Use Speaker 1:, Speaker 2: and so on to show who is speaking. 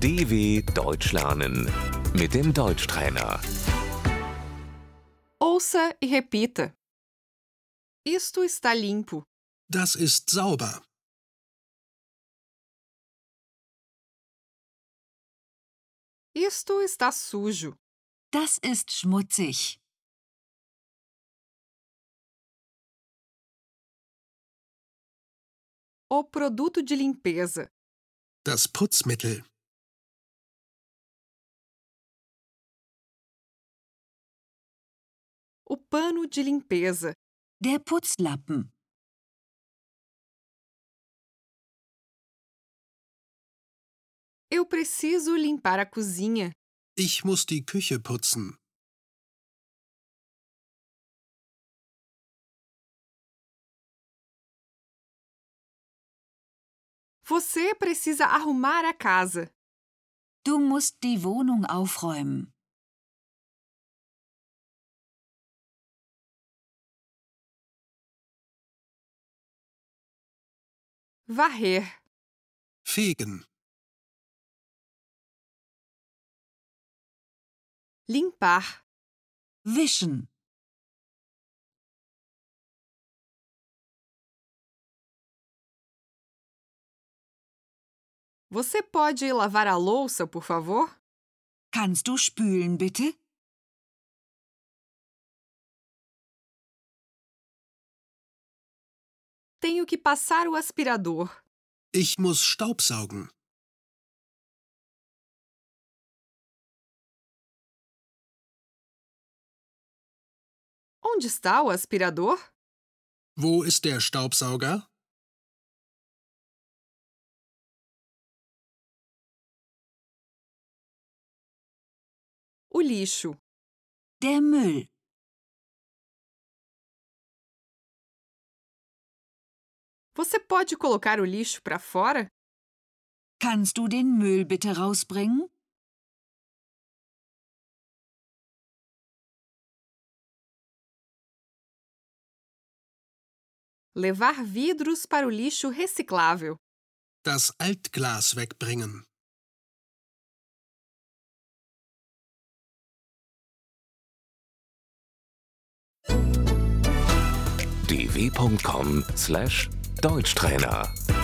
Speaker 1: DW Deutsch lernen mit dem Deutschtrainer.
Speaker 2: Ouça e repita: Isto está limpo.
Speaker 3: Das ist sauber.
Speaker 2: Isto está sujo.
Speaker 4: Das ist schmutzig.
Speaker 2: O produto de limpeza.
Speaker 3: Das Putzmittel.
Speaker 2: O pano de limpeza.
Speaker 4: Der Putzlappen.
Speaker 2: Eu preciso limpar a cozinha.
Speaker 3: Ich muss die Küche putzen.
Speaker 2: Você precisa arrumar a casa.
Speaker 4: Du musst die Wohnung aufräumen.
Speaker 2: Varrer.
Speaker 3: Fegen.
Speaker 2: Limpar.
Speaker 4: Wischen.
Speaker 2: Você pode lavar a louça, por favor?
Speaker 4: Kannst du spülen bitte?
Speaker 2: Tenho que passar o aspirador.
Speaker 3: Ich muss Staubsaugen.
Speaker 2: Onde está o aspirador?
Speaker 3: Wo ist der Staubsauger?
Speaker 2: O lixo.
Speaker 4: Der Müll.
Speaker 2: Você pode colocar o lixo para fora?
Speaker 4: Kannst du den Müll bitte rausbringen?
Speaker 2: Levar vidros para o lixo reciclável.
Speaker 3: Das Altglas wegbringen.
Speaker 1: dw.com/deutschtrainer